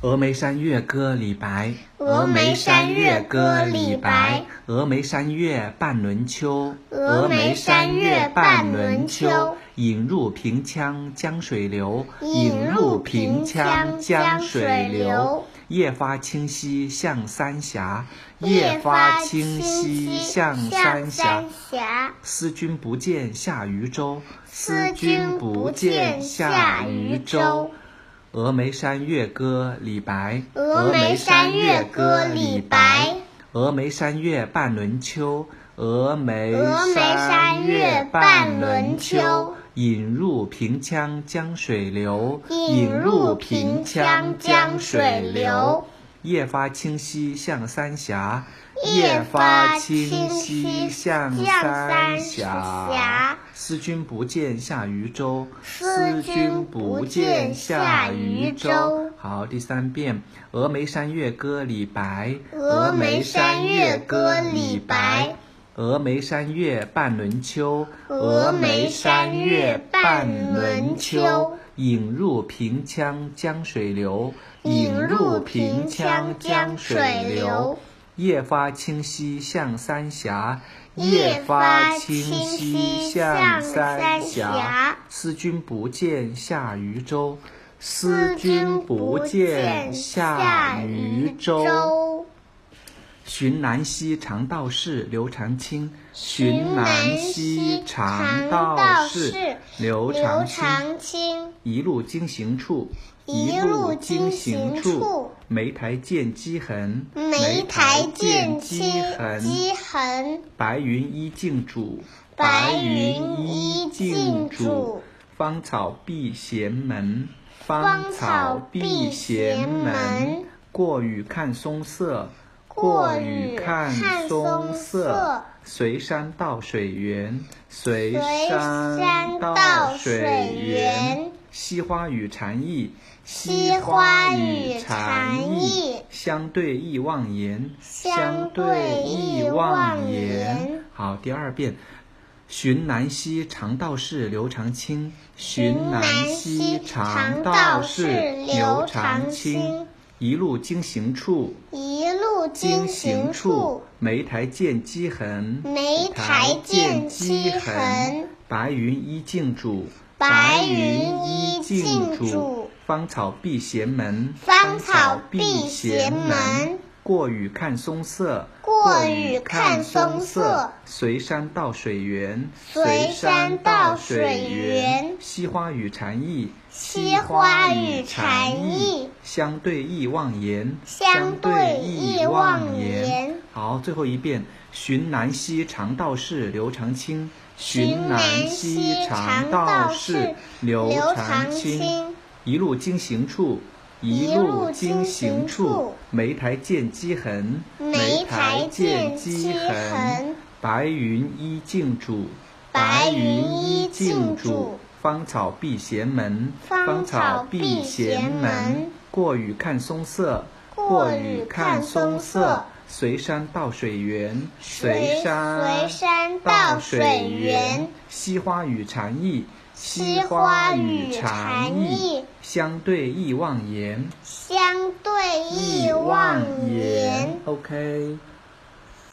峨眉山月歌李白，峨眉山月歌李白，峨眉山月半轮秋，峨眉山月半轮秋。引入平羌江水流，引入平羌江水流。夜发清溪向三峡，夜发发清清溪溪向向三三峡峡。。思君不见下渝州，思君不见下渝州。峨眉山月歌李白，峨眉山月歌李白。峨眉山月半轮秋，峨眉峨眉山月半轮秋。引入平羌江水流，引入平羌江水流。夜发清溪向三峡，夜发清清溪溪向向三三峡峡。思君不见下渝州，思君不见下渝州。好，第三遍，《峨眉山月歌》李白。峨眉山月歌李白。峨眉山月半轮秋，峨眉山月半轮秋。引入平羌江水流，引入平羌江水流。夜发清溪向三峡，夜发清清溪溪向向三三峡峡。思君不见下渝州，思思君君不不见见下下渝渝州。州。寻南溪常道士刘长卿，寻南南溪溪常常道道士士刘刘长卿。长卿，一路经行处，一路经行处莓苔见机痕，莓苔见机机痕，机痕，白云依镜主，白云依镜镜主。芳草闭闲门，芳芳草草闭闭闲闲门门。过雨看松色，过雨雨看看松松色色。随山到水源，随随山山到到水水源源。惜花与禅意，惜花与禅意相对意忘言，相对意忘言。好，第二遍。寻南溪常道士刘长卿，寻南溪常道士刘长卿。一路经行处，一路经行处，，莓苔见机痕，莓苔见机痕。白云依镜主，白云依镜主。芳草闭闲门，芳草闭闲门。过雨看松色，过雨看松色。随山到水源，随山到水源惜花与禅意，惜花与禅意。相对意忘言，相对意忘言。好，最后一遍。寻南溪常道士刘长卿，寻南南溪溪常常道道士士刘刘长长卿卿。一路经行处，一一路路经行经行处处。莓苔见机痕，莓苔见机痕。白云依镜主，白云依镜主。芳草闭闲门，芳草闭闲门。过雨看松色，过雨看松色。随山到水源，随山随山到水源。惜花与禅意，惜花与禅意。相对意忘言，相对意忘言。 OK。